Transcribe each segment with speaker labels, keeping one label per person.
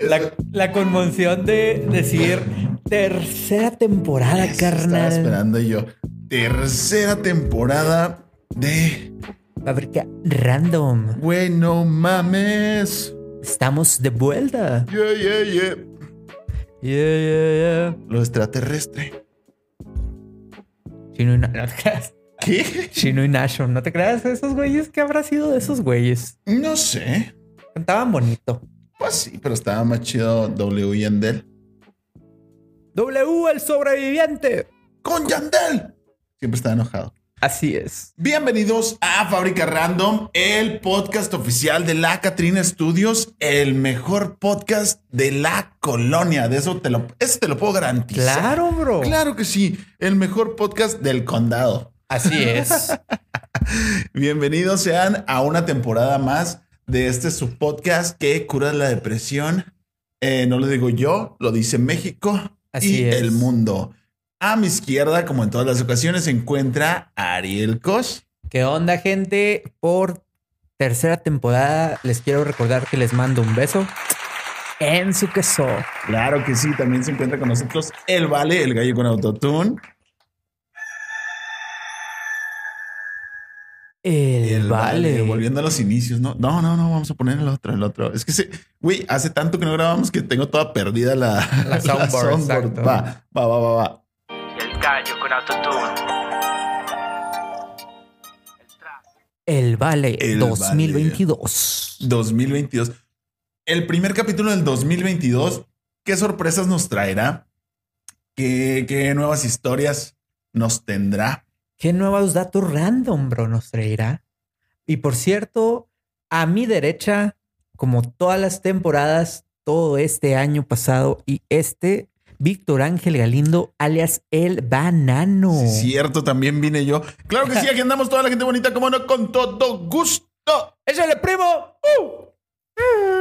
Speaker 1: la, la conmoción de decir tercera temporada,
Speaker 2: Eso Estaba
Speaker 1: carnal.
Speaker 2: esperando yo. Tercera temporada de.
Speaker 1: Fábrica Random.
Speaker 2: Güey, no mames.
Speaker 1: Estamos de vuelta.
Speaker 2: Yeah, yeah, yeah.
Speaker 1: Yeah, yeah, yeah.
Speaker 2: Lo extraterrestre.
Speaker 1: Chino y, Na- no te creas.
Speaker 2: ¿Qué?
Speaker 1: Chino y Nacho, no te creas esos güeyes. ¿Qué habrá sido de esos güeyes?
Speaker 2: No sé.
Speaker 1: Cantaban bonito.
Speaker 2: Pues sí, pero estaba más chido W Yandel.
Speaker 1: W el sobreviviente.
Speaker 2: ¡Con Yandel! Siempre está enojado.
Speaker 1: Así es.
Speaker 2: Bienvenidos a Fábrica Random, el podcast oficial de la Catrina Studios, el mejor podcast de la colonia. De eso te lo, eso te lo puedo garantizar.
Speaker 1: Claro, bro.
Speaker 2: Claro que sí, el mejor podcast del condado.
Speaker 1: Así es.
Speaker 2: Bienvenidos sean a una temporada más de este su podcast que cura la depresión. Eh, no lo digo yo, lo dice México
Speaker 1: Así
Speaker 2: y
Speaker 1: es.
Speaker 2: el mundo. A mi izquierda, como en todas las ocasiones, se encuentra Ariel Cos.
Speaker 1: ¿Qué onda, gente? Por tercera temporada les quiero recordar que les mando un beso en su queso.
Speaker 2: Claro que sí, también se encuentra con nosotros el Vale, el gallo con autotune.
Speaker 1: El, Eh, vale.
Speaker 2: Volviendo a los inicios, ¿no? No, no, no, vamos a poner el otro, el otro. Es que, se, güey, hace tanto que no grabamos que tengo toda perdida la,
Speaker 1: La soundboard, exacto.
Speaker 2: Va, va, va, va, va.
Speaker 3: El gallo con autotune.
Speaker 1: El vale
Speaker 2: El
Speaker 1: 2022.
Speaker 2: 2022. El primer capítulo del 2022, ¿qué sorpresas nos traerá? ¿Qué, qué nuevas historias nos tendrá?
Speaker 1: ¿Qué nuevos datos random, bro, nos traerá? Y por cierto, a mi derecha, como todas las temporadas, todo este año pasado y este, Víctor Ángel Galindo, alias El Banano.
Speaker 2: Sí, cierto, también vine yo. Claro que sí, aquí andamos toda la gente bonita, como no, con todo gusto.
Speaker 1: ¡Échale, primo! ¡Uh!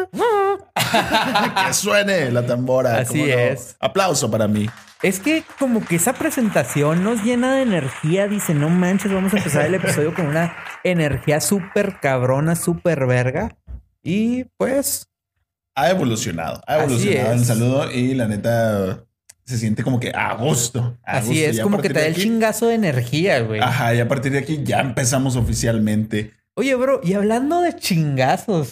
Speaker 2: Que suene la tambora.
Speaker 1: Así
Speaker 2: cómo no.
Speaker 1: es.
Speaker 2: Aplauso para mí.
Speaker 1: Es que como que esa presentación nos llena de energía, dice, no manches, vamos a empezar el episodio con una energía súper cabrona, súper verga. Y pues,
Speaker 2: ha evolucionado, ha
Speaker 1: Así
Speaker 2: evolucionado el
Speaker 1: es.
Speaker 2: saludo y la neta se siente como que a gusto. a
Speaker 1: así
Speaker 2: gusto. Y
Speaker 1: es,
Speaker 2: a
Speaker 1: como que
Speaker 2: partir
Speaker 1: te da
Speaker 2: de
Speaker 1: el
Speaker 2: aquí- Ah.
Speaker 1: chingazo de energía, güey.
Speaker 2: Ajá, y a partir de aquí ya empezamos oficialmente.
Speaker 1: Oye, bro, y hablando de chingazos,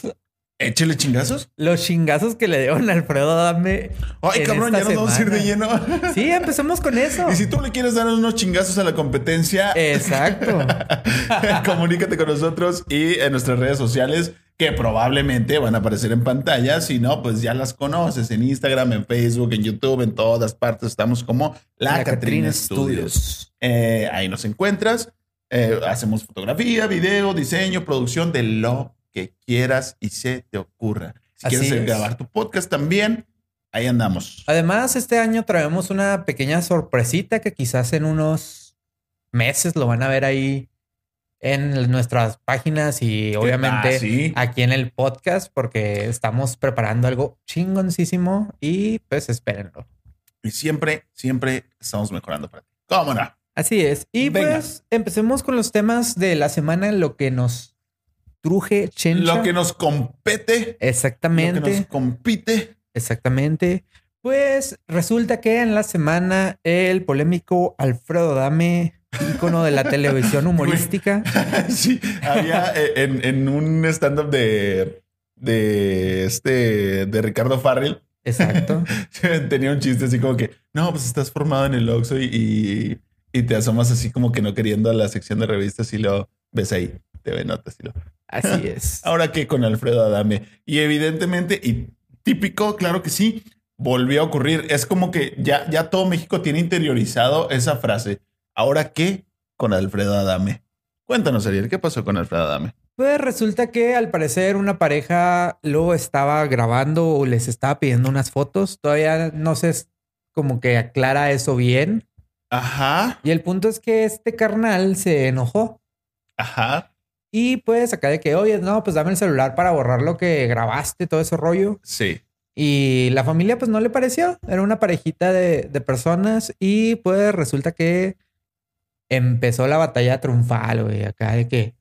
Speaker 2: Échele chingazos.
Speaker 1: los chingazos que le dieron a Alfredo Dame.
Speaker 2: Ay, cabrón, ya nos vamos a ir de lleno.
Speaker 1: Sí, empecemos con eso.
Speaker 2: Y si tú le quieres dar unos chingazos a la competencia,
Speaker 1: Eh. Exacto.
Speaker 2: comunícate con nosotros y en nuestras redes sociales que probablemente van a aparecer en pantalla. Si no, pues ya las conoces en Instagram, en Facebook, en YouTube, en todas partes. Estamos como La, Catrina Studios. Eh, ahí nos encuentras. Eh, hacemos fotografía, video, diseño, producción de lo que quieras y se te ocurra. Si
Speaker 1: Así
Speaker 2: quieres eh,
Speaker 1: es.
Speaker 2: grabar tu podcast también, ahí andamos.
Speaker 1: Además, este año traemos una pequeña sorpresita que quizás en unos meses lo van a ver ahí en nuestras páginas y obviamente
Speaker 2: Ah, sí.
Speaker 1: aquí en el podcast porque estamos preparando algo chingoncísimo y pues espérenlo.
Speaker 2: Y siempre, siempre estamos mejorando para ti. ¿Cómo no?
Speaker 1: Así es. Y
Speaker 2: Venga.
Speaker 1: pues empecemos con los temas de la semana, lo que nos truje, chencha.
Speaker 2: Lo que nos compete,
Speaker 1: Exactamente.
Speaker 2: lo que nos compite.
Speaker 1: Exactamente. Pues resulta que en la semana el polémico Alfredo Dame, ícono de la televisión humorística,
Speaker 2: sí, había eh, en, en un stand-up de, de este, de Ricardo Farrell.
Speaker 1: exacto,
Speaker 2: tenía un chiste así como que, no, pues estás formado en el Oxxo y, y, y te asomas así como que no queriendo a la sección de revistas y lo ves ahí, te ve notas y lo...
Speaker 1: así es.
Speaker 2: Ahora que con Alfredo Adame. Y evidentemente, y típico, claro que sí, volvió a ocurrir. Es como que ya, ya todo México tiene interiorizado esa frase. Ahora que con Alfredo Adame. Cuéntanos, Ariel, ¿qué pasó con Alfredo Adame?
Speaker 1: Pues resulta que al parecer una pareja lo estaba grabando o les estaba pidiendo unas fotos, todavía no sé es como que aclara eso bien.
Speaker 2: Ajá,
Speaker 1: Y el punto es que este carnal se enojó
Speaker 2: ajá,
Speaker 1: y pues acá de que, oye, no, pues dame el celular para borrar lo que grabaste, todo ese rollo.
Speaker 2: sí.
Speaker 1: Y la familia pues no le pareció, era una parejita de, de personas y pues resulta que empezó la batalla triunfal, güey, acá de que,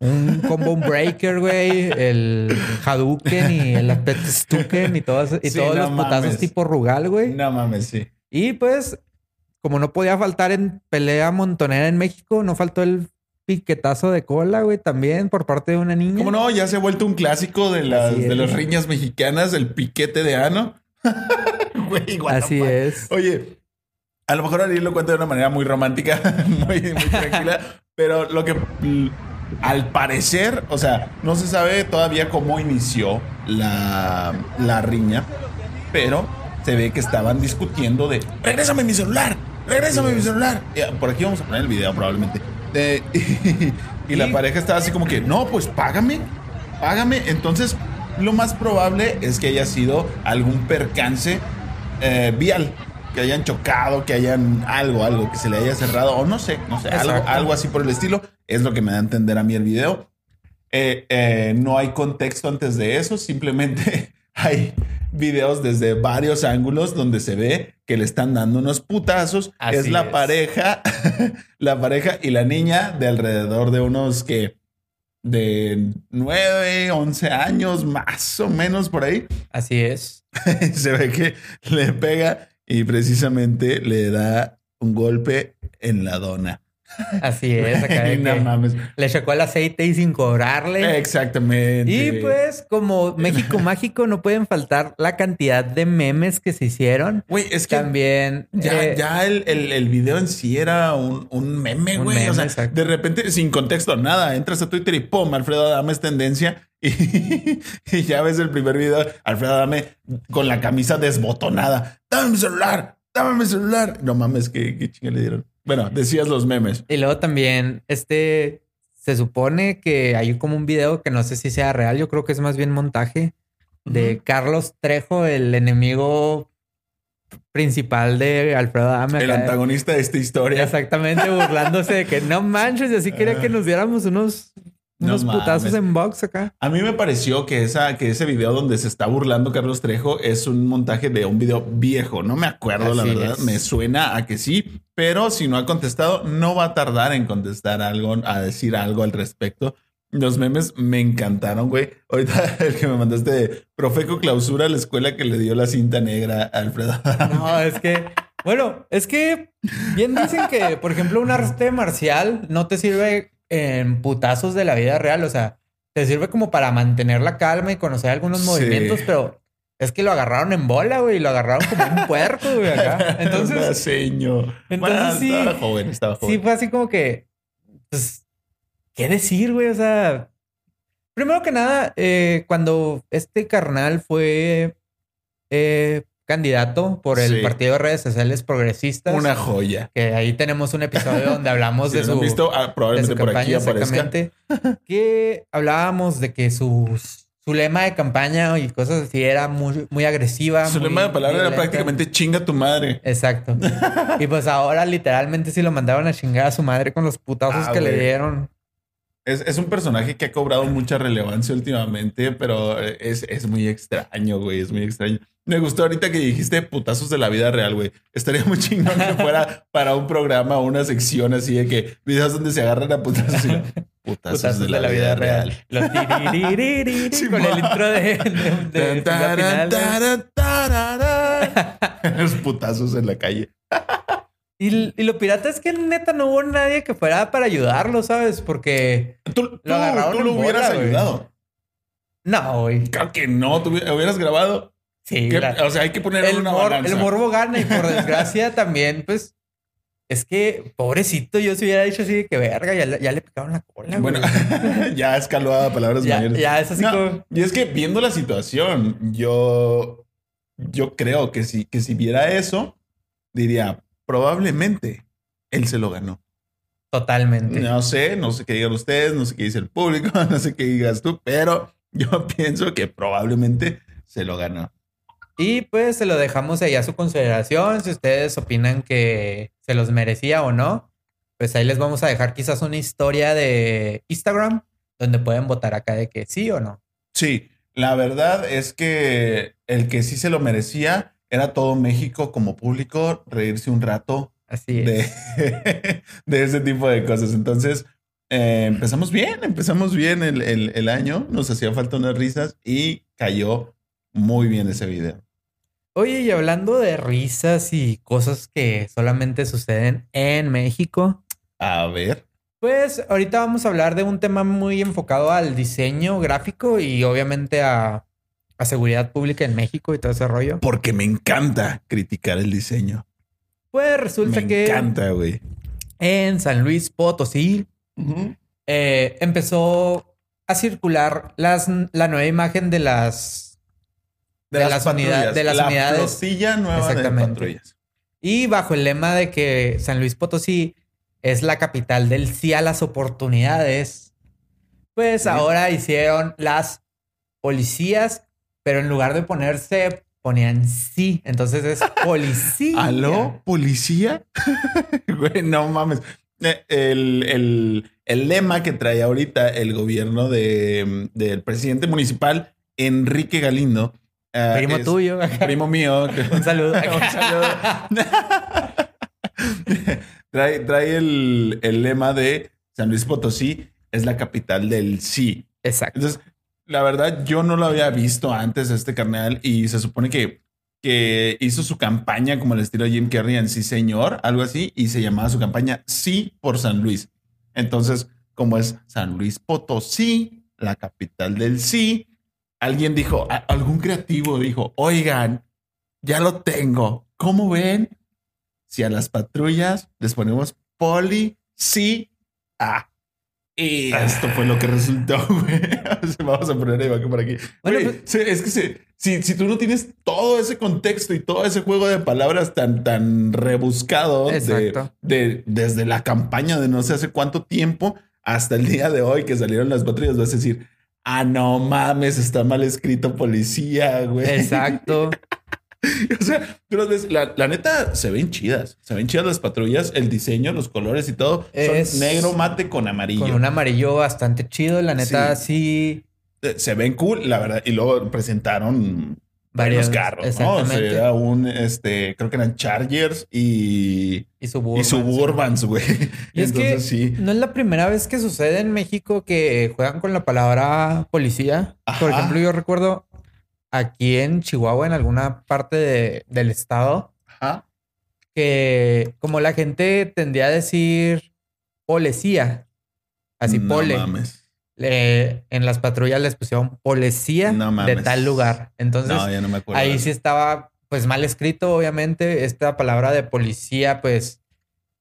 Speaker 1: Un combo breaker, güey, el Hadouken y el Stuken y, todas, y
Speaker 2: Sí,
Speaker 1: todos
Speaker 2: no
Speaker 1: los putazos
Speaker 2: mames.
Speaker 1: tipo Rugal, güey.
Speaker 2: No mames, sí.
Speaker 1: Y pues, como no podía faltar en pelea montonera en México, no faltó el piquetazo de cola, güey, también por parte de una niña.
Speaker 2: ¿Cómo no? Ya se ha vuelto un clásico de las,
Speaker 1: Así es.
Speaker 2: de las riñas mexicanas, el piquete de ano. Güey, what the
Speaker 1: Así
Speaker 2: fuck.
Speaker 1: es.
Speaker 2: Oye, a lo mejor Ariel lo cuenta de una manera muy romántica, muy, muy tranquila, pero lo que mm, al parecer, o sea, no se sabe todavía cómo inició la, la riña, pero se ve que estaban discutiendo de regrésame mi celular, regrésame mi celular. Eh, Por aquí vamos a poner el video probablemente. Eh, y, la
Speaker 1: Y-
Speaker 2: pareja estaba así como que, no, pues págame, págame. Entonces, lo más probable es que haya sido algún percance eh, vial, que hayan chocado, que hayan algo, algo que se le haya cerrado, o no sé, no sé, algo,
Speaker 1: Exacto.
Speaker 2: algo así por el estilo. Es lo que me da a entender a mí el video. Eh, eh, no hay contexto antes de eso, simplemente hay videos desde varios ángulos donde se ve que le están dando unos putazos.
Speaker 1: Así
Speaker 2: es la
Speaker 1: es.
Speaker 2: pareja, la pareja y la niña de alrededor de unos que de 9, 11 años, más o menos por ahí.
Speaker 1: Así es.
Speaker 2: se ve que le pega y precisamente le da un golpe en la dona.
Speaker 1: Así es. Acá de
Speaker 2: Y no
Speaker 1: que
Speaker 2: mames.
Speaker 1: le chocó el aceite y sin cobrarle.
Speaker 2: Exactamente.
Speaker 1: Y pues, como México Mágico, no pueden faltar la cantidad de memes que se hicieron.
Speaker 2: Güey, es que
Speaker 1: También.
Speaker 2: Ya,
Speaker 1: eh,
Speaker 2: ya el, el- el video en sí era un, un meme,
Speaker 1: Un
Speaker 2: güey. O
Speaker 1: meme,
Speaker 2: sea,
Speaker 1: exacto.
Speaker 2: de repente, sin contexto, nada, entras a Twitter y pum, Alfredo Adame es tendencia. Y, y ya ves el primer video, Alfredo Adame con la camisa desbotonada. Dame mi celular, dame mi celular. No mames, qué, qué chinga le dieron. Bueno, decías los memes.
Speaker 1: Y luego también, este, se supone que hay como un video que no sé si sea real, yo creo que es más bien montaje, de Carlos Trejo, el enemigo principal de Alfredo Adame.
Speaker 2: El
Speaker 1: acá.
Speaker 2: antagonista de esta historia.
Speaker 1: Exactamente, burlándose de que no manches, y así quería que nos diéramos unos,
Speaker 2: No
Speaker 1: unos
Speaker 2: mames.
Speaker 1: putazos en box acá.
Speaker 2: A mí me pareció que, esa, que ese video donde se está burlando Carlos Trejo es un montaje de un video viejo. No me acuerdo, la
Speaker 1: Así
Speaker 2: verdad.
Speaker 1: es.
Speaker 2: Me suena a que sí, pero si no ha contestado, no va a tardar en contestar algo, a decir algo al respecto. Los memes me encantaron, güey. Ahorita el que me mandaste de Profeco clausura a la escuela que le dio la cinta negra a Alfredo.
Speaker 1: No, es que, bueno, es que bien dicen que, por ejemplo, un arte marcial no te sirve en putazos de la vida real, o sea, te sirve como para mantener la calma y conocer algunos
Speaker 2: Sí.
Speaker 1: movimientos, pero es que lo agarraron en bola, güey, y lo agarraron como un puerco, güey, acá. Entonces,
Speaker 2: señor.
Speaker 1: entonces sí.
Speaker 2: Estaba joven, estaba joven.
Speaker 1: sí fue así como que, pues, ¿qué decir, güey? O sea, primero que nada, eh, cuando este carnal fue eh, candidato por el
Speaker 2: Sí.
Speaker 1: Partido de Redes Sociales Progresistas,
Speaker 2: Una joya.
Speaker 1: que ahí tenemos un episodio donde hablamos
Speaker 2: Si
Speaker 1: pues, de
Speaker 2: no lo
Speaker 1: su,
Speaker 2: han visto, ah,
Speaker 1: de
Speaker 2: probablemente
Speaker 1: su
Speaker 2: por aquí
Speaker 1: campaña,
Speaker 2: aparezca.
Speaker 1: exactamente, que hablábamos de que su, su lema de campaña y cosas así era muy, muy agresiva.
Speaker 2: Su
Speaker 1: muy
Speaker 2: lema de palabra era
Speaker 1: violenta.
Speaker 2: prácticamente chinga tu madre.
Speaker 1: Exacto. Y pues ahora literalmente sí lo mandaron a chingar a su madre con los putazos
Speaker 2: Ah,
Speaker 1: que le
Speaker 2: güey.
Speaker 1: dieron.
Speaker 2: Es, es un personaje que ha cobrado mucha relevancia últimamente, pero es, es muy extraño, güey. Es muy extraño. Me gustó ahorita que dijiste putazos de la vida real, güey. Estaría muy chingón que fuera para un programa o una sección así de que videos donde se agarran a putazos y lo- putazos,
Speaker 1: Putazos de, la, vida, real. Los tiriririri
Speaker 2: Sí,
Speaker 1: con
Speaker 2: ma.
Speaker 1: el intro de, de- de- de
Speaker 2: Tan,
Speaker 1: la final,
Speaker 2: taran,
Speaker 1: ¿no?
Speaker 2: taran, tararán. Los putazos en la calle.
Speaker 1: Y, y lo pirata es que neta no hubo nadie que fuera para ayudarlo, ¿sabes? Porque
Speaker 2: Tú, tú-
Speaker 1: agarraron
Speaker 2: tú lo
Speaker 1: en
Speaker 2: hubieras
Speaker 1: bola, güey.
Speaker 2: ayudado.
Speaker 1: no, güey.
Speaker 2: Claro que no, tú hubi- hubieras grabado.
Speaker 1: Sí,
Speaker 2: ¿Qué-
Speaker 1: la-
Speaker 2: o sea, hay que poner
Speaker 1: el,
Speaker 2: una
Speaker 1: mor-
Speaker 2: balanza.
Speaker 1: el morbo gana y por desgracia también, pues es que pobrecito, yo se hubiera dicho así de que verga, ya, le- ya le picaron la cola.
Speaker 2: Bueno,
Speaker 1: güey.
Speaker 2: ya escaló a palabras
Speaker 1: ya,
Speaker 2: mayores.
Speaker 1: ya es así
Speaker 2: No,
Speaker 1: como.
Speaker 2: Y es que viendo la situación, yo, yo creo que si, que si viera eso, diría, probablemente él se lo ganó.
Speaker 1: Totalmente.
Speaker 2: No sé, no sé qué digan ustedes, no sé qué dice el público, no sé qué digas tú, pero yo pienso que probablemente se lo ganó.
Speaker 1: Y pues se lo dejamos ahí a su consideración. Si ustedes opinan que se los merecía o no, pues ahí les vamos a dejar quizás una historia de Instagram donde pueden votar acá de que sí o no.
Speaker 2: Sí, la verdad es que el que sí se lo merecía era todo México como público, reírse un rato,
Speaker 1: Así es.
Speaker 2: de, de ese tipo de cosas. Entonces, eh, empezamos bien, empezamos bien el, el- el año, nos hacía falta unas risas y cayó muy bien ese video.
Speaker 1: Oye, y hablando de risas y cosas que solamente suceden en México,
Speaker 2: A ver,
Speaker 1: Pues ahorita vamos a hablar de un tema muy enfocado al diseño gráfico y obviamente a, a seguridad pública en México y todo ese rollo.
Speaker 2: porque me encanta criticar el diseño.
Speaker 1: Pues resulta
Speaker 2: me
Speaker 1: que
Speaker 2: encanta, güey.
Speaker 1: en San Luis Potosí
Speaker 2: Ujú.
Speaker 1: eh, empezó a circular las, la nueva imagen de las... De las unidad-
Speaker 2: patrullas,
Speaker 1: de las
Speaker 2: la
Speaker 1: unidades.
Speaker 2: flotilla nueva de
Speaker 1: Exactamente.
Speaker 2: patrullas.
Speaker 1: Y bajo el lema de que San Luis Potosí es la capital del sí a las oportunidades, pues
Speaker 2: Sí.
Speaker 1: ahora hicieron las policías, pero en lugar de ponerse, ponían sí. Entonces es policía.
Speaker 2: ¿Aló, policía? Güey, no mames. Eh, El, el- el lema que trae ahorita el gobierno de- del presidente municipal, Enrique Galindo. eh,
Speaker 1: Primo
Speaker 2: es-
Speaker 1: tuyo.
Speaker 2: Primo mío.
Speaker 1: Un saludo.
Speaker 2: Un saludo. trae trae el, el lema de San Luis Potosí es la capital del sí.
Speaker 1: Exacto.
Speaker 2: Entonces, la verdad, yo no lo había visto antes a este carnal y se supone que, que hizo su campaña como el estilo Jim Carrey en Sí Señor, algo así, y se llamaba su campaña Sí por San Luis. Entonces, como es San Luis Potosí, la capital del sí, alguien dijo, a- algún creativo dijo, oigan, ya lo tengo, ¿cómo ven? Si a las patrullas les ponemos poli, sí, ah. Y esto fue lo que resultó, güey. O sea, Vamos a poner a Iván por aquí.
Speaker 1: Bueno,
Speaker 2: Güey,
Speaker 1: pues-
Speaker 2: sí, es que sí, si, si tú no tienes todo ese contexto y todo ese juego de palabras tan, tan rebuscado de,
Speaker 1: Exacto.
Speaker 2: de- desde la campaña de no sé hace cuánto tiempo hasta el día de hoy que salieron las patrullas, vas a decir, ah, no mames, está mal escrito policía, güey.
Speaker 1: Exacto.
Speaker 2: O sea, tú las ves, la, la neta, se ven chidas. Se ven chidas las patrullas, el diseño, los colores y todo.
Speaker 1: Es-
Speaker 2: Son negro mate con amarillo.
Speaker 1: Con un amarillo bastante chido. La neta,
Speaker 2: Sí.
Speaker 1: sí.
Speaker 2: Eh, Se ven cool, la verdad. Y luego presentaron varios carros, ¿no? ah. O sea,
Speaker 1: Exactamente.
Speaker 2: era un, este, creo que eran Chargers y,
Speaker 1: y
Speaker 2: y
Speaker 1: suburban.
Speaker 2: Suburbans, güey.
Speaker 1: Y es que
Speaker 2: Entonces sí.
Speaker 1: no es la primera vez que sucede en México que juegan con la palabra policía. Por
Speaker 2: Ajá.
Speaker 1: ejemplo, yo recuerdo aquí en Chihuahua, en alguna parte de- del estado,
Speaker 2: Ajá.
Speaker 1: que como la gente tendía a decir policía, así
Speaker 2: No
Speaker 1: pole,
Speaker 2: mames.
Speaker 1: le- en las patrullas les pusieron policía
Speaker 2: No
Speaker 1: de
Speaker 2: mames.
Speaker 1: tal lugar. Entonces,
Speaker 2: no, ya no me acuerdo.
Speaker 1: Ahí sí estaba, pues mal escrito, obviamente. Esta palabra de policía, pues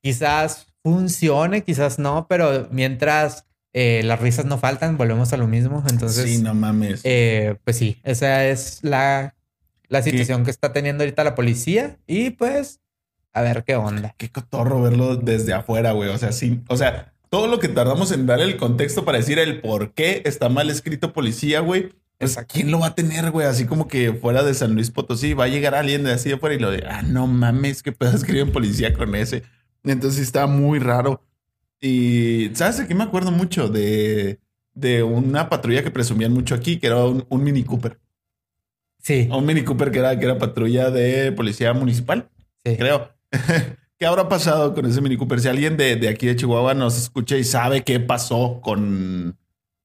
Speaker 1: quizás funcione, quizás no, pero mientras eh, las risas no faltan, volvemos a lo mismo. Entonces,
Speaker 2: sí, no mames.
Speaker 1: eh, pues sí, esa es la, la
Speaker 2: Sí.
Speaker 1: situación que está teniendo ahorita la policía y pues a ver qué onda.
Speaker 2: qué cotorro verlo desde afuera, güey. O sea, sí, o sea, todo lo que tardamos en dar el contexto para decir el por qué está mal escrito policía, güey. Pues a quién lo va a tener, güey. Así como que fuera de San Luis Potosí, va a llegar alguien de así de afuera y lo de, ah, no mames, qué pedo escriben policía con ese. Entonces sí está muy raro. Y sabes de qué me acuerdo mucho de, de una patrulla que presumían mucho aquí, que era un, un Mini Cooper.
Speaker 1: Sí,
Speaker 2: Un Mini Cooper que era, que era patrulla de policía municipal
Speaker 1: sí.
Speaker 2: creo. ¿Qué habrá pasado con ese Mini Cooper? Si alguien de, de aquí de Chihuahua nos escucha y sabe qué pasó con,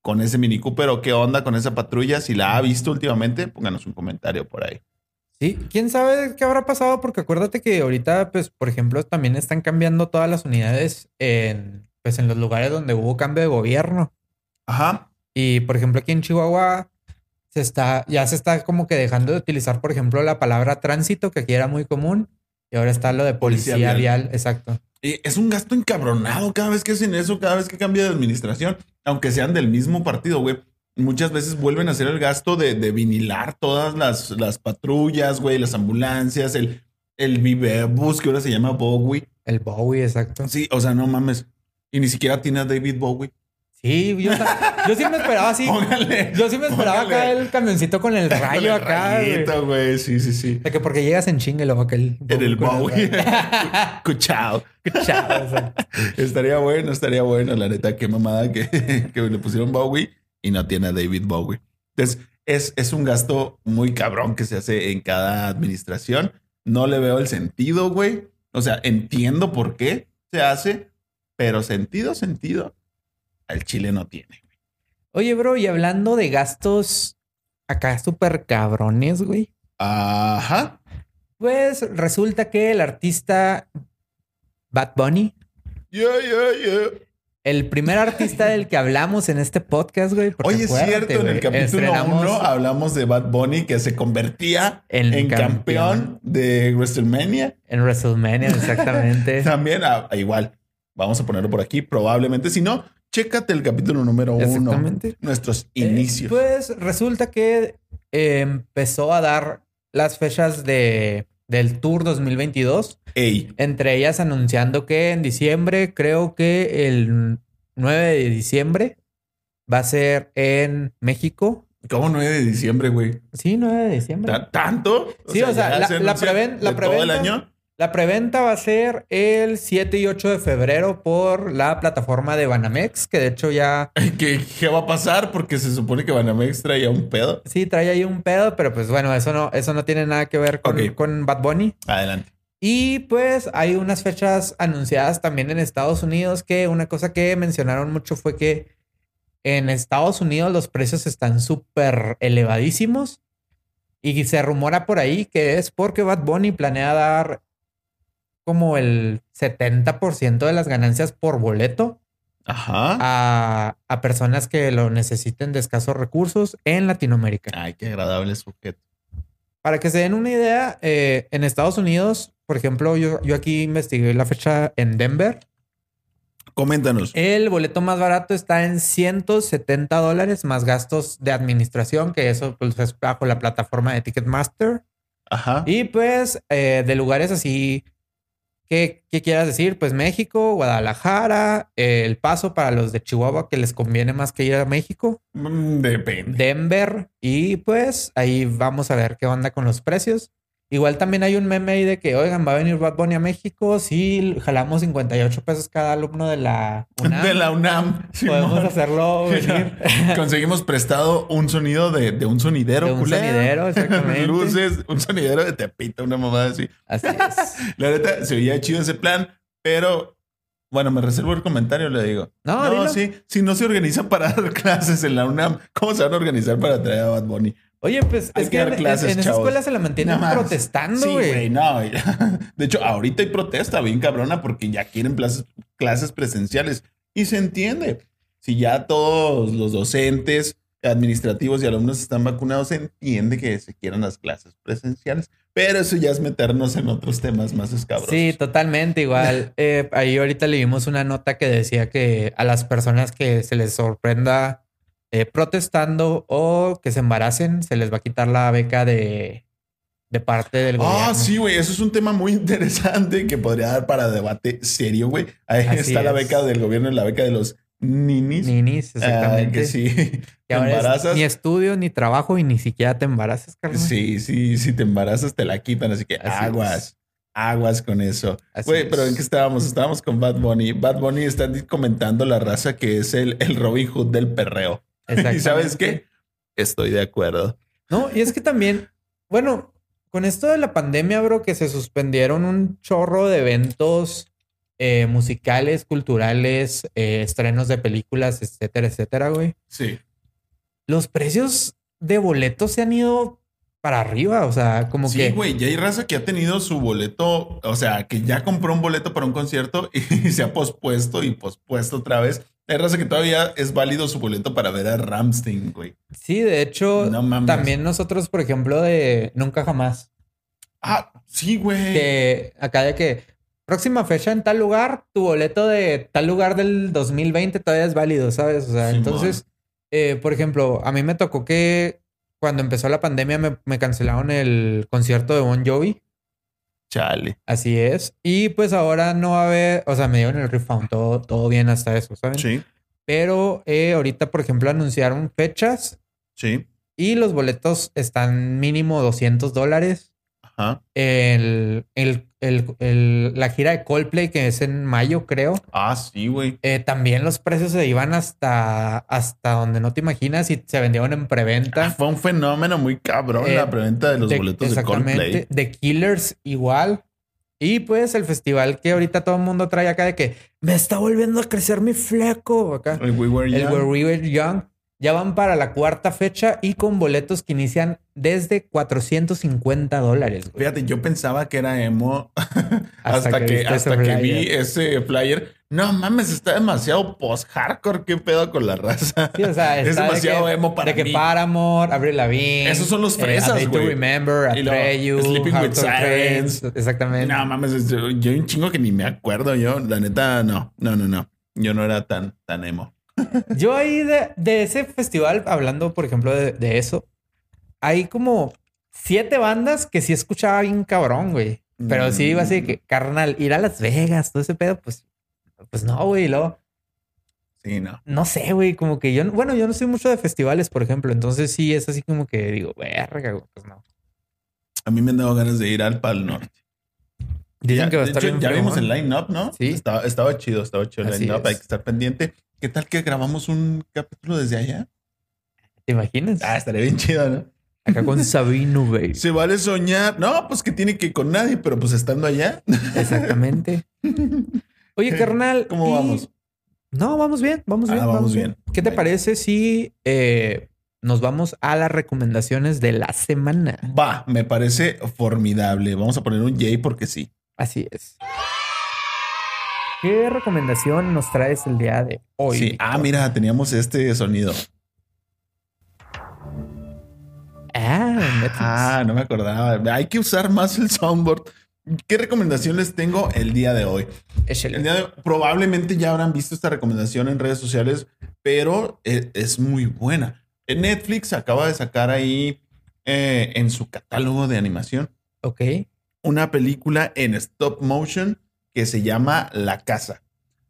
Speaker 2: con ese Mini Cooper o qué onda con esa patrulla, si la ha visto últimamente, pónganos un comentario por ahí.
Speaker 1: Sí, quién sabe qué habrá pasado, porque acuérdate que ahorita, pues, por ejemplo, también están cambiando todas las unidades en, pues, en los lugares donde hubo cambio de gobierno.
Speaker 2: Ajá.
Speaker 1: Y por ejemplo, aquí en Chihuahua se está, ya se está como que dejando de utilizar, por ejemplo, la palabra tránsito, que aquí era muy común, y ahora está lo de
Speaker 2: Policía
Speaker 1: policía,
Speaker 2: vial.
Speaker 1: vial. exacto.
Speaker 2: Y es un gasto encabronado cada vez que hacen eso, cada vez que cambia de administración, aunque sean del mismo partido, güey. Muchas veces vuelven a hacer el gasto de, de vinilar todas las, las patrullas, güey, las ambulancias, el, el Vivebus, que ahora se llama Bowie.
Speaker 1: El Bowie, exacto.
Speaker 2: Sí, o sea, no mames. Y ni siquiera tiene a David Bowie.
Speaker 1: Sí, yo, ta- yo sí me esperaba así.
Speaker 2: Póngale.
Speaker 1: Yo sí me esperaba acá
Speaker 2: póngale.
Speaker 1: el camioncito con el
Speaker 2: Con el
Speaker 1: rayo acá. güey.
Speaker 2: rayito, güey. Sí, sí, sí.
Speaker 1: De que porque llegas en chingue luego aquel.
Speaker 2: En el
Speaker 1: con
Speaker 2: Bowie.
Speaker 1: rayo.
Speaker 2: Cuchao.
Speaker 1: Chao, exacto.
Speaker 2: Estaría bueno, estaría bueno. La neta, qué mamada que, que le pusieron Bowie y no tiene a David Bowie. Entonces, es, es un gasto muy cabrón que se hace en cada administración. No le veo el sentido, güey. O sea, entiendo por qué se hace, pero sentido, sentido. al chile no tiene.
Speaker 1: Oye, bro, y hablando de gastos acá súper cabrones, güey.
Speaker 2: Ajá.
Speaker 1: Pues resulta que el artista Bad Bunny,
Speaker 2: Yeah, yeah, yeah.
Speaker 1: el primer artista del que hablamos en este podcast, güey. porque
Speaker 2: Oye, es
Speaker 1: acuérdate,
Speaker 2: cierto, en
Speaker 1: güey,
Speaker 2: el capítulo ah.
Speaker 1: estrenamos
Speaker 2: 1 hablamos de Bad Bunny que se convertía
Speaker 1: El
Speaker 2: en campeón
Speaker 1: campeón.
Speaker 2: de WrestleMania.
Speaker 1: En WrestleMania, exactamente.
Speaker 2: También, ah, igual, vamos a ponerlo por aquí, probablemente. Si no, chécate el capítulo número uno,
Speaker 1: Exactamente.
Speaker 2: nuestros
Speaker 1: Eh,
Speaker 2: inicios.
Speaker 1: pues resulta que eh, empezó a dar las fechas de, del Tour 2022,
Speaker 2: Ey,
Speaker 1: entre ellas anunciando que en diciembre, creo que el 9 de diciembre, va a ser en México.
Speaker 2: ¿cómo 9 de diciembre, güey?
Speaker 1: Sí, 9 de diciembre.
Speaker 2: ¿Ta- ¿Tanto?
Speaker 1: Sí, o sea,
Speaker 2: ya
Speaker 1: la-
Speaker 2: se
Speaker 1: la
Speaker 2: anuncia
Speaker 1: preven- la
Speaker 2: de todo el
Speaker 1: preventa.
Speaker 2: año.
Speaker 1: La preventa va a ser el 7 y 8 de febrero por la plataforma de Banamex, que de hecho ya
Speaker 2: Ay, ¿Qué, ¿Qué va a pasar? Porque se supone que Banamex traía un pedo.
Speaker 1: sí trae ahí un pedo, pero pues bueno, eso no, eso no tiene nada que ver con,
Speaker 2: Ok.
Speaker 1: con Bad Bunny.
Speaker 2: Adelante.
Speaker 1: Y pues hay unas fechas anunciadas también en Estados Unidos que una cosa que mencionaron mucho fue que en Estados Unidos los precios están súper elevadísimos y se rumora por ahí que es porque Bad Bunny planea dar como el 70% de las ganancias por boleto Ah.
Speaker 2: Ajá.
Speaker 1: a, a personas que lo necesiten de escasos recursos en Latinoamérica.
Speaker 2: Ay, qué agradable sujeto.
Speaker 1: Para que se den una idea, eh, en Estados Unidos, por ejemplo, yo, yo aquí investigué la fecha en Denver.
Speaker 2: Coméntanos.
Speaker 1: El boleto más barato está en 170 dólares más gastos de administración, que eso pues, es bajo la plataforma de Ticketmaster.
Speaker 2: Ajá.
Speaker 1: Y pues eh, de lugares así, que qué quieras decir? Pues México, Guadalajara, eh, El Paso para los de Chihuahua, que les conviene más que ir a México,
Speaker 2: Mm, Depende.
Speaker 1: Denver. Y pues ahí vamos a ver qué onda con los precios. Igual también hay un meme ahí de que, oigan, va a venir Bad Bunny a México. Si jalamos 58 pesos cada alumno de la UNAM.
Speaker 2: De la UNAM.
Speaker 1: Podemos
Speaker 2: Simón.
Speaker 1: hacerlo venir.
Speaker 2: Conseguimos prestado un sonido de, de un sonidero,
Speaker 1: De un
Speaker 2: culero.
Speaker 1: sonidero, exactamente.
Speaker 2: Luces, un sonidero de tapita, una mamada así.
Speaker 1: Así es.
Speaker 2: La neta, se veía chido ese plan, pero bueno, me reservo el comentario, le digo.
Speaker 1: No, dilo.
Speaker 2: sí, si no se organizan para dar clases en la UNAM, ¿cómo se van a organizar para traer a Bad Bunny?
Speaker 1: Oye, pues
Speaker 2: Hay
Speaker 1: es
Speaker 2: que
Speaker 1: que
Speaker 2: dar
Speaker 1: en, en-
Speaker 2: clases,
Speaker 1: en esa
Speaker 2: chavos.
Speaker 1: escuela se la mantienen
Speaker 2: No mames.
Speaker 1: protestando,
Speaker 2: Sí, güey,
Speaker 1: güey.
Speaker 2: no. güey. De hecho, ahorita hay protesta bien cabrona porque ya quieren plazas- clases presenciales. Y se entiende. Si ya todos los docentes, administrativos y alumnos están vacunados, se entiende que se quieran las clases presenciales. Pero eso ya es meternos en otros temas más escabrosos.
Speaker 1: Sí, totalmente igual. Eh, ahí ahorita leímos una nota que decía que a las personas que se les sorprenda eh, protestando o que se embaracen, se les va a quitar la beca de, de parte del gobierno.
Speaker 2: Ah, sí, güey. Eso es un tema muy interesante que podría dar para debate serio, güey. Ahí
Speaker 1: Así
Speaker 2: está la
Speaker 1: es.
Speaker 2: beca del gobierno y la beca de los ninis.
Speaker 1: Ninis,
Speaker 2: Ah,
Speaker 1: exactamente.
Speaker 2: que sí.
Speaker 1: Que ahora es
Speaker 2: embarazas.
Speaker 1: ni estudio, ni trabajo y ni siquiera te embarazas, carnal.
Speaker 2: Sí, sí, si te embarazas te la quitan, así que
Speaker 1: Así
Speaker 2: aguas,
Speaker 1: es.
Speaker 2: aguas con eso.
Speaker 1: Así
Speaker 2: Güey, pero
Speaker 1: es.
Speaker 2: ¿en qué estábamos? Estábamos con Bad Bunny. Bad Bunny está comentando la raza que es el, el Robin Hood del perreo. ¿Y sabes
Speaker 1: Exactamente.
Speaker 2: qué? Estoy de acuerdo.
Speaker 1: No, y es que también, bueno, con esto de la pandemia, bro, que se suspendieron un chorro de eventos eh, musicales, culturales, eh, estrenos de películas, etcétera, etcétera, güey.
Speaker 2: Sí.
Speaker 1: Los precios de boletos se han ido para arriba, o sea, como
Speaker 2: Sí,
Speaker 1: que...
Speaker 2: güey, ya hay raza que ha tenido su boleto, o sea, que ya compró un boleto para un concierto y se ha pospuesto y pospuesto otra vez. Hay raza que todavía es válido su boleto para ver a Ramstein, güey.
Speaker 1: Sí, de hecho,
Speaker 2: No mames.
Speaker 1: también nosotros, por ejemplo, de Nunca Jamás,
Speaker 2: Ah, sí, güey.
Speaker 1: que acá de que próxima fecha en tal lugar, tu boleto de tal lugar del 2020 todavía es válido, ¿sabes? O sea,
Speaker 2: Simón.
Speaker 1: entonces, eh, por ejemplo, a mí me tocó que cuando empezó la pandemia me, me cancelaron el concierto de Bon Jovi.
Speaker 2: Chale.
Speaker 1: Así es. Y pues ahora no va a haber, o sea, me dieron el refund, todo, todo bien hasta eso, ¿saben?
Speaker 2: Sí,
Speaker 1: Pero eh, ahorita, por ejemplo, anunciaron fechas
Speaker 2: sí.
Speaker 1: y los boletos están mínimo 200 dólares.
Speaker 2: Ajá.
Speaker 1: el, el- el- el- la gira de Coldplay, que es en mayo, creo.
Speaker 2: Ah, sí, güey.
Speaker 1: Eh, también los precios se iban hasta, hasta donde no te imaginas y se vendieron en
Speaker 2: Ah,
Speaker 1: preventa.
Speaker 2: Fue un fenómeno muy cabrón
Speaker 1: Eh,
Speaker 2: la preventa de los boletos de Coldplay.
Speaker 1: De Killers, igual. Y pues el festival que ahorita todo el mundo trae acá de que me está volviendo a crecer mi fleco acá.
Speaker 2: El We Were
Speaker 1: El
Speaker 2: Young.
Speaker 1: Where We Were Young. Ya van para la cuarta fecha y con boletos que inician desde 450 dólares. güey.
Speaker 2: Fíjate, yo pensaba que era emo hasta,
Speaker 1: Hasta que
Speaker 2: que,
Speaker 1: viste
Speaker 2: hasta
Speaker 1: ese
Speaker 2: que vi
Speaker 1: flyer.
Speaker 2: ese flyer. No mames, está demasiado post-hardcore. ¿Qué pedo con la raza?
Speaker 1: Sí, o sea,
Speaker 2: es
Speaker 1: está de
Speaker 2: demasiado
Speaker 1: que-
Speaker 2: emo para
Speaker 1: De que
Speaker 2: mí.
Speaker 1: Paramore, Avril Lavigne. eh,
Speaker 2: Esos son los fresas,
Speaker 1: A Day to
Speaker 2: güey.
Speaker 1: Remember,
Speaker 2: Y luego
Speaker 1: Atreyu,
Speaker 2: Sleeping
Speaker 1: Heart
Speaker 2: with
Speaker 1: on
Speaker 2: Sirens.
Speaker 1: Trains. Exactamente.
Speaker 2: No mames, es- yo, yo hay un chingo que ni me acuerdo. Yo, la neta, no, no, no, no. Yo no era tan, tan emo.
Speaker 1: Yo ahí de, de ese festival, hablando por ejemplo de, de eso, hay como siete bandas que sí escuchaba bien cabrón, güey. Pero sí iba así de que, carnal, ir a Las Vegas, todo ese pedo, pues, pues no, güey. Y luego,
Speaker 2: Sí, no.
Speaker 1: no sé, güey, como que yo, no- bueno, yo no soy mucho de festivales, por ejemplo. Entonces sí es así como que digo, verga, güey, pues no.
Speaker 2: A mí me han dado ganas de ir al Pal Norte.
Speaker 1: Dicen
Speaker 2: Ya,
Speaker 1: que va a
Speaker 2: de
Speaker 1: estar
Speaker 2: hecho,
Speaker 1: bien
Speaker 2: ya
Speaker 1: feo,
Speaker 2: vimos
Speaker 1: ¿no?
Speaker 2: el line-up, ¿no?
Speaker 1: Sí.
Speaker 2: Estaba, estaba chido, estaba chido el
Speaker 1: Así
Speaker 2: line-up.
Speaker 1: es.
Speaker 2: Hay que estar pendiente. ¿Qué tal que grabamos un capítulo desde allá?
Speaker 1: ¿Te imaginas?
Speaker 2: Ah, estaría bien chido, ¿no?
Speaker 1: Acá con Sabino, güey.
Speaker 2: Se vale soñar. No, pues que tiene que ir con nadie, pero pues estando allá.
Speaker 1: Exactamente. Oye, carnal.
Speaker 2: ¿Cómo
Speaker 1: y-
Speaker 2: vamos?
Speaker 1: No, vamos bien, vamos
Speaker 2: Ah,
Speaker 1: bien.
Speaker 2: vamos bien.
Speaker 1: ¿Qué te
Speaker 2: Bueno.
Speaker 1: parece si eh, nos vamos a las recomendaciones de la semana?
Speaker 2: Va, me parece formidable. Vamos a poner un J porque sí.
Speaker 1: Así es. ¿Qué recomendación nos traes el día de hoy?
Speaker 2: sí.
Speaker 1: Víctor?
Speaker 2: Ah, mira, teníamos este sonido.
Speaker 1: Ah, Netflix.
Speaker 2: Ah, no me acordaba. Hay que usar más el soundboard. ¿Qué recomendación les tengo el día de hoy?
Speaker 1: Échale.
Speaker 2: El día de- probablemente ya habrán visto esta recomendación en redes sociales, pero e- es, muy buena. Eh, Netflix acaba de sacar ahí eh, en su catálogo de animación
Speaker 1: Ok.
Speaker 2: una película en stop motion que se llama La Casa.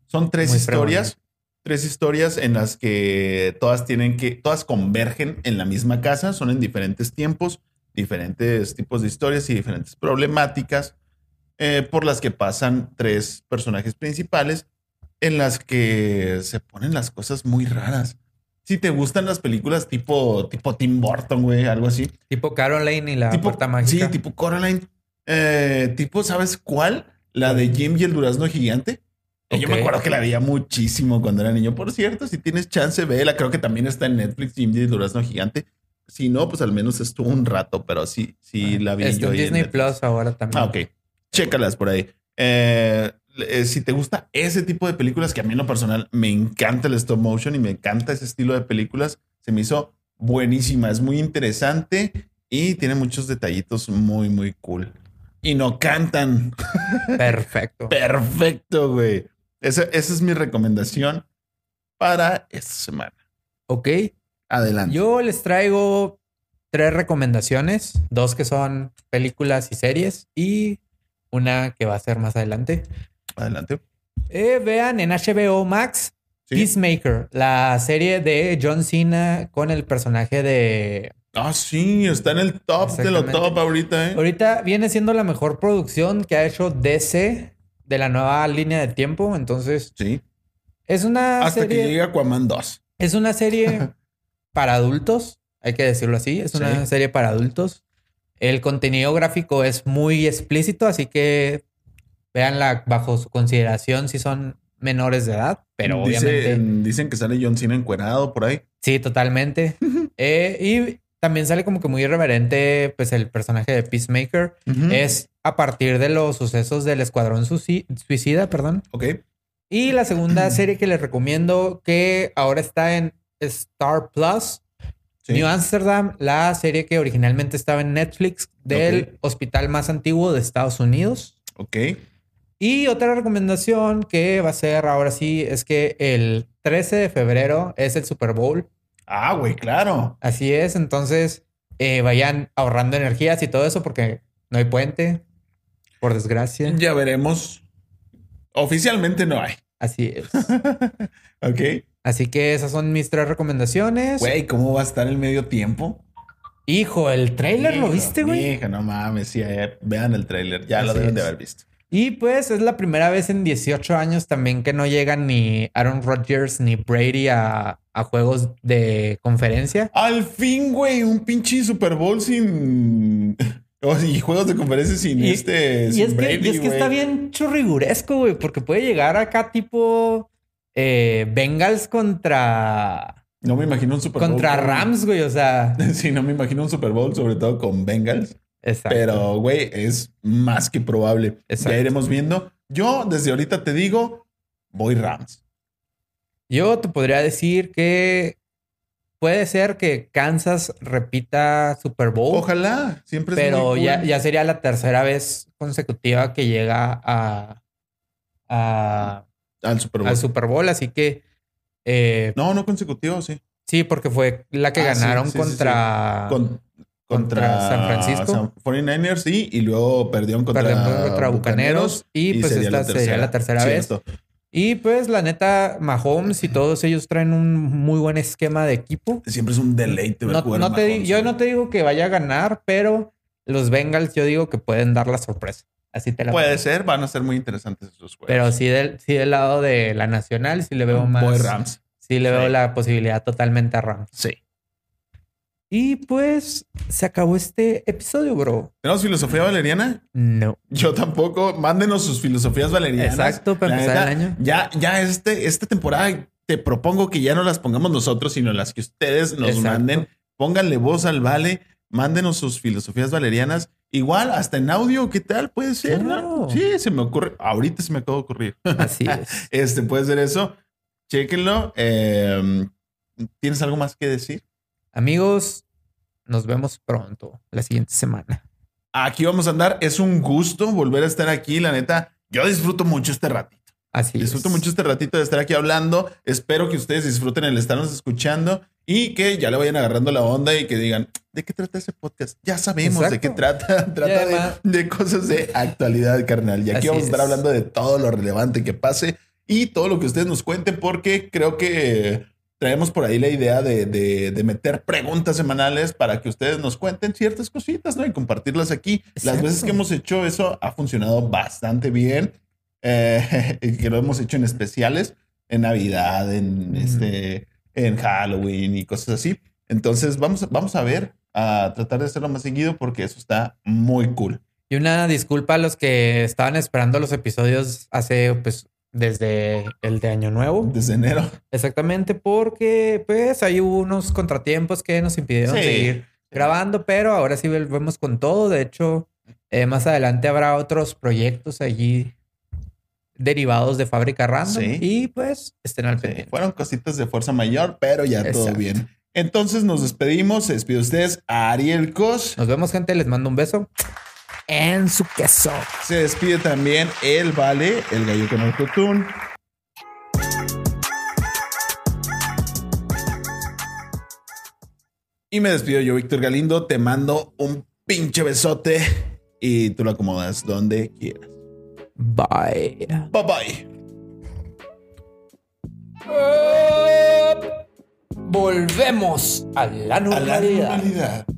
Speaker 2: Son tres
Speaker 1: Muy
Speaker 2: historias, tres historias en las que todas tienen que, todas convergen en la misma casa, son en diferentes tiempos, diferentes tipos de historias y diferentes problemáticas eh, por las que pasan tres personajes principales en las que se ponen las cosas muy raras. Si te gustan las películas tipo, tipo Tim Burton, güey, algo así,
Speaker 1: Tipo Caroline y la
Speaker 2: tipo,
Speaker 1: puerta mágica.
Speaker 2: Sí, tipo Coraline. Eh, tipo, ¿sabes cuál? La de Jim y el durazno gigante. Que Yo me
Speaker 1: Ok.
Speaker 2: acuerdo que la veía muchísimo cuando era niño. Por cierto, si tienes chance, vela. Creo que también está en Netflix Jim y el durazno gigante. Si no, pues al menos estuvo un rato, pero sí, sí la vi
Speaker 1: Ah, Está Este, en
Speaker 2: yo ahí en
Speaker 1: Disney
Speaker 2: Netflix.
Speaker 1: Plus ahora también.
Speaker 2: Ah, ok. Chécalas por ahí. Eh, eh, si te gusta ese tipo de películas, que a mí en lo personal me encanta el stop motion y me encanta ese estilo de películas, se me hizo buenísima, es muy interesante y tiene muchos detallitos muy, muy cool. Y no cantan.
Speaker 1: Perfecto.
Speaker 2: Perfecto, güey. Esa, esa es mi recomendación para esta semana.
Speaker 1: Ok.
Speaker 2: Adelante.
Speaker 1: Yo les traigo tres recomendaciones, dos que son películas y series y una que va a ser más adelante.
Speaker 2: Adelante.
Speaker 1: Eh, vean en HBO Max
Speaker 2: Sí.
Speaker 1: Peacemaker, la serie de John Cena con el personaje de...
Speaker 2: Ah, sí, está en el top de lo
Speaker 1: Exactamente.
Speaker 2: top ahorita, ¿eh?
Speaker 1: Ahorita viene siendo la mejor producción que ha hecho DC de la nueva línea de tiempo, entonces
Speaker 2: Sí.
Speaker 1: es una
Speaker 2: Hasta
Speaker 1: serie...
Speaker 2: que llegue Aquaman 2.
Speaker 1: Es una serie para adultos, hay que decirlo así, es una
Speaker 2: Sí.
Speaker 1: serie para adultos. El contenido gráfico es muy explícito, así que véanla bajo su consideración si son menores de edad, pero
Speaker 2: Dicen-
Speaker 1: obviamente
Speaker 2: Dicen que sale John Cena encuerado por ahí.
Speaker 1: sí, totalmente. Eh, y también sale como que muy irreverente pues el personaje de Peacemaker. Es a partir de los sucesos del Escuadrón Suci- Suicida, perdón.
Speaker 2: Ok.
Speaker 1: Y la segunda serie que les recomiendo, que ahora está en Star Plus,
Speaker 2: sí.
Speaker 1: New Amsterdam, la serie que originalmente estaba en Netflix del
Speaker 2: Ok.
Speaker 1: hospital más antiguo de Estados Unidos.
Speaker 2: Ok.
Speaker 1: Y otra recomendación que va a ser ahora sí es que el 13 de febrero es el Super Bowl.
Speaker 2: Ah, güey, claro.
Speaker 1: Así es, entonces eh, vayan ahorrando energías y todo eso porque no hay puente, por desgracia.
Speaker 2: Ya veremos. Oficialmente no hay.
Speaker 1: Así es.
Speaker 2: Ok.
Speaker 1: Así que esas son mis tres recomendaciones.
Speaker 2: Güey, ¿cómo va a estar el medio tiempo?
Speaker 1: Hijo, el trailer lo
Speaker 2: Hijo,
Speaker 1: viste, güey.
Speaker 2: Hija, no mames. Sí, eh, vean el tráiler. Ya lo
Speaker 1: Así
Speaker 2: deben de
Speaker 1: es.
Speaker 2: haber visto.
Speaker 1: Y pues es la primera vez en 18 años también que no llegan ni Aaron Rodgers ni Brady a, a juegos de conferencia.
Speaker 2: Al fin, güey, un pinche Super Bowl sin, Oh, y juegos de conferencias sin
Speaker 1: Y-
Speaker 2: este.
Speaker 1: Y
Speaker 2: sin
Speaker 1: es, que, y
Speaker 2: Brady,
Speaker 1: es que está
Speaker 2: güey.
Speaker 1: bien churriguresco, güey, porque puede llegar acá tipo eh, Bengals contra,
Speaker 2: No me imagino un Super
Speaker 1: contra
Speaker 2: Bowl.
Speaker 1: Rams, güey. O sea,
Speaker 2: Sí, no me imagino un Super Bowl, sobre todo con Bengals.
Speaker 1: exacto.
Speaker 2: Pero, güey, es más que probable.
Speaker 1: Exacto.
Speaker 2: Ya iremos viendo. Yo desde ahorita te digo, voy Rams.
Speaker 1: Yo te podría decir que puede ser que Kansas repita Super Bowl,
Speaker 2: Ojalá, siempre es
Speaker 1: Oh. pero
Speaker 2: muy cool.
Speaker 1: ya, ya sería la tercera vez consecutiva que llega a, a-
Speaker 2: al Super Bowl.
Speaker 1: al Super Bowl. Así que eh,
Speaker 2: No, no consecutivo, sí.
Speaker 1: sí, porque fue la que
Speaker 2: Ah, sí,
Speaker 1: ganaron
Speaker 2: sí, sí, sí.
Speaker 1: contra.
Speaker 2: Con-
Speaker 1: Ah. Contra San Francisco.
Speaker 2: San- 49ers, sí, y luego perdieron contra,
Speaker 1: Perdón, contra Bucaneros. Y, pues esta sería la tercera vez.
Speaker 2: Cierto.
Speaker 1: Y pues la neta, Mahomes y todos ellos traen un muy buen esquema de equipo.
Speaker 2: Siempre es un deleite ver
Speaker 1: No-
Speaker 2: jugar
Speaker 1: no
Speaker 2: a
Speaker 1: te di-
Speaker 2: Mahomes,
Speaker 1: yo
Speaker 2: güey.
Speaker 1: no te digo que vaya a ganar, pero los Bengals yo digo que pueden dar la sorpresa. Así te la
Speaker 2: Puede
Speaker 1: pongo.
Speaker 2: ser, van a ser muy interesantes esos juegos.
Speaker 1: Pero sí del, sí del lado de la nacional, sí le veo más.
Speaker 2: Voy Rams.
Speaker 1: Sí le veo
Speaker 2: Sí.
Speaker 1: la posibilidad totalmente a Rams.
Speaker 2: Sí.
Speaker 1: Y pues se acabó este episodio, bro.
Speaker 2: ¿Tenemos filosofía valeriana?
Speaker 1: No.
Speaker 2: Yo tampoco. Mándenos sus filosofías valerianas.
Speaker 1: Exacto, para
Speaker 2: La
Speaker 1: empezar el
Speaker 2: neta,
Speaker 1: año.
Speaker 2: Ya, ya este, esta temporada te propongo que ya no las pongamos nosotros, sino las que ustedes nos
Speaker 1: Exacto.
Speaker 2: manden. Pónganle voz al vale, mándenos sus filosofías valerianas. Igual, hasta en audio, ¿qué tal? Puede ser, ¿no?
Speaker 1: Claro.
Speaker 2: Sí, se me ocurre. Ahorita se me acaba de ocurrir.
Speaker 1: Así es.
Speaker 2: Este, puede ser eso. Chéquenlo. Eh, ¿Tienes algo más que decir?
Speaker 1: Amigos, nos vemos pronto, la siguiente semana.
Speaker 2: Aquí vamos a andar. Es un gusto volver a estar aquí. La neta, yo disfruto mucho este ratito.
Speaker 1: Así
Speaker 2: Disfruto
Speaker 1: es.
Speaker 2: mucho este ratito de estar aquí hablando. Espero que ustedes disfruten el estarnos escuchando y que ya le vayan agarrando la onda y que digan, ¿de qué trata ese podcast? Ya sabemos de
Speaker 1: Exacto.
Speaker 2: qué trata. Trata de-
Speaker 1: además-
Speaker 2: de, cosas de actualidad, carnal. Y aquí
Speaker 1: Así
Speaker 2: vamos a estar
Speaker 1: es.
Speaker 2: hablando de todo lo relevante que pase y todo lo que ustedes nos cuenten porque creo que traemos por ahí la idea de, de- de meter preguntas semanales para que ustedes nos cuenten ciertas cositas, ¿no? Y compartirlas aquí. Las
Speaker 1: Exacto.
Speaker 2: veces que hemos hecho eso ha funcionado bastante bien. Eh, que lo hemos hecho en especiales, en Navidad, en,
Speaker 1: Ujú.
Speaker 2: este, en Halloween y cosas así. Entonces vamos, a- vamos a ver, a tratar de hacerlo más seguido porque eso está muy cool.
Speaker 1: Y una disculpa a los que estaban esperando los episodios hace, pues, desde el de Año Nuevo.
Speaker 2: Desde enero.
Speaker 1: Exactamente, porque, pues, hay unos contratiempos que nos impidieron
Speaker 2: Sí.
Speaker 1: seguir grabando, pero ahora sí volvemos con todo. De hecho, eh, más adelante habrá otros proyectos allí derivados de Fábrica Random.
Speaker 2: Sí.
Speaker 1: Y, pues, estén al
Speaker 2: Sí,
Speaker 1: pendiente.
Speaker 2: fueron cositas de fuerza mayor, pero ya todo
Speaker 1: Exacto.
Speaker 2: bien. Entonces nos despedimos. Se despide ustedes a Ariel Cos.
Speaker 1: Nos vemos, gente. Les mando un beso. En su queso.
Speaker 2: Se despide también el Vale, el gallo con autotune. Y me despido yo, Víctor Galindo. Te mando un pinche besote y tú lo acomodas donde quieras.
Speaker 1: Bye.
Speaker 2: Bye bye.
Speaker 1: Up. Volvemos a la
Speaker 2: A la
Speaker 1: normalidad.
Speaker 2: normalidad.